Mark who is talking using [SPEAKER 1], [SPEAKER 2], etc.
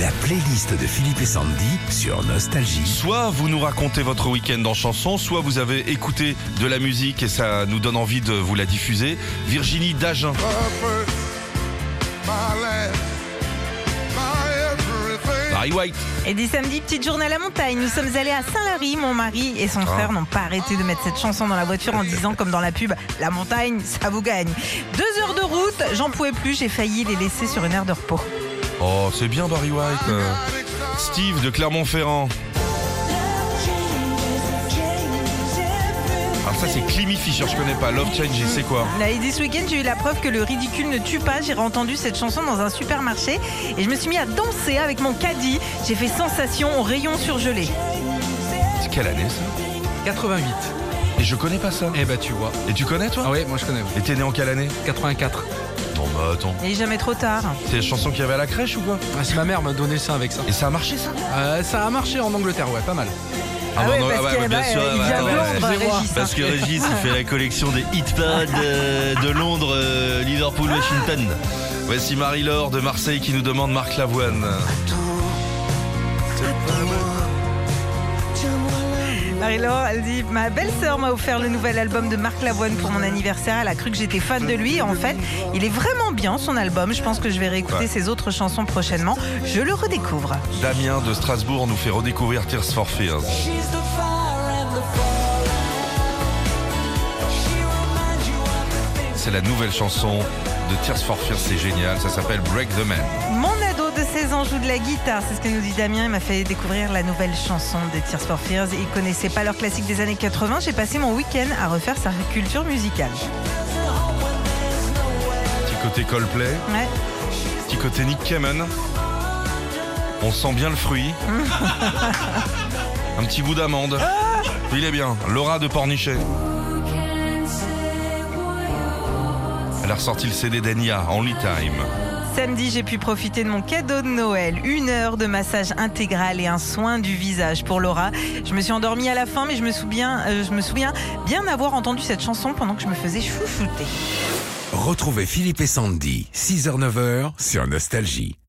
[SPEAKER 1] La playlist de Philippe et Sandy sur Nostalgie.
[SPEAKER 2] Soit vous nous racontez votre week-end en chanson, soit vous avez écouté de la musique et ça nous donne envie de vous la diffuser. Virginie Dagen.
[SPEAKER 3] purpose, my life, my everything.
[SPEAKER 2] Barry White.
[SPEAKER 4] Et dès samedi, petite journée à la montagne. Nous sommes allés à Saint-Lary. Mon mari et
[SPEAKER 2] Ah.
[SPEAKER 4] son frère n'ont pas arrêté de mettre cette chanson dans la voiture en disant, comme dans la pub, la montagne, ça vous gagne. Deux heures de route, j'en pouvais plus. J'ai failli les laisser sur une heure de repos.
[SPEAKER 2] Oh, c'est bien Barry White. euh. Steve de Clermont-Ferrand. Alors Ah, ça c'est Climmy Fisher, je connais pas. Love Changes, c'est quoi
[SPEAKER 4] Là, il dit ce week-end, j'ai eu la preuve que le ridicule ne tue pas. J'ai entendu cette chanson dans un supermarché et je me suis mis à danser avec mon caddie. J'ai fait sensation au rayon surgelé.
[SPEAKER 2] C'est quelle année ça
[SPEAKER 5] 88.
[SPEAKER 2] Et je connais pas ça.
[SPEAKER 5] Eh bah tu vois.
[SPEAKER 2] Et tu connais toi
[SPEAKER 5] Ah ouais, moi je connais. oui.
[SPEAKER 2] Et t'es né en quelle année
[SPEAKER 5] 84.
[SPEAKER 2] Non bah attends.
[SPEAKER 4] Et jamais trop tard.
[SPEAKER 2] C'est la chanson qu'il y avait à la crèche ou quoi
[SPEAKER 5] Ah, c'est ma mère m'a donné ça avec ça.
[SPEAKER 2] Et ça a marché ça
[SPEAKER 5] Euh, ça a marché en Angleterre, ouais, pas mal.
[SPEAKER 4] Ah ouais,
[SPEAKER 2] non,
[SPEAKER 4] parce
[SPEAKER 2] bah,
[SPEAKER 4] qu'il y a-
[SPEAKER 2] bien
[SPEAKER 4] bah,
[SPEAKER 2] sûr,
[SPEAKER 4] il
[SPEAKER 2] bah,
[SPEAKER 4] vient
[SPEAKER 2] attends,
[SPEAKER 4] de
[SPEAKER 2] ouais.
[SPEAKER 4] Londres,
[SPEAKER 5] excusez-moi.
[SPEAKER 4] Régis, hein.
[SPEAKER 6] Parce que Régis, il fait la collection des hit-pads euh, de Londres, euh, Liverpool, Washington.
[SPEAKER 2] Voici Marie-Laure de Marseille qui nous demande Marc Lavoine.
[SPEAKER 4] Marie-Laure, elle dit Ma belle-sœur m'a offert le nouvel album de Marc Lavoine pour mon anniversaire. Elle a cru que j'étais fan de lui. En fait, il est vraiment bien son album. Je pense que je vais réécouter
[SPEAKER 2] Ouais.
[SPEAKER 4] ses autres chansons prochainement. Je le redécouvre.
[SPEAKER 2] Damien de Strasbourg nous fait redécouvrir Tears for Fears. C'est la nouvelle chanson de Tears for Fears, c'est génial, ça s'appelle Break the Man.
[SPEAKER 4] Mon ado de 16 ans joue de la guitare. C'est ce que nous dit Damien. Il m'a fait découvrir la nouvelle chanson des Tears for Fears. Il connaissait pas leur classique des années 80. J'ai passé mon week-end à refaire sa culture musicale.
[SPEAKER 2] Petit côté Coldplay,
[SPEAKER 4] Ouais.
[SPEAKER 2] petit côté Nick Kamen. On sent bien le fruit. Un petit bout d'amande. Il est bien. Laura de Pornichet. Elle a ressorti le CD d'Enya, Only Time.
[SPEAKER 4] Samedi, j'ai pu profiter de mon cadeau de Noël. Une heure de massage intégral et un soin du visage pour Laura. Je me suis endormie à la fin, mais je me souviens, euh, je me souviens bien avoir entendu cette chanson pendant que je me faisais chouchouter.
[SPEAKER 1] Retrouvez Philippe et Sandy, 6h-9h sur Nostalgie.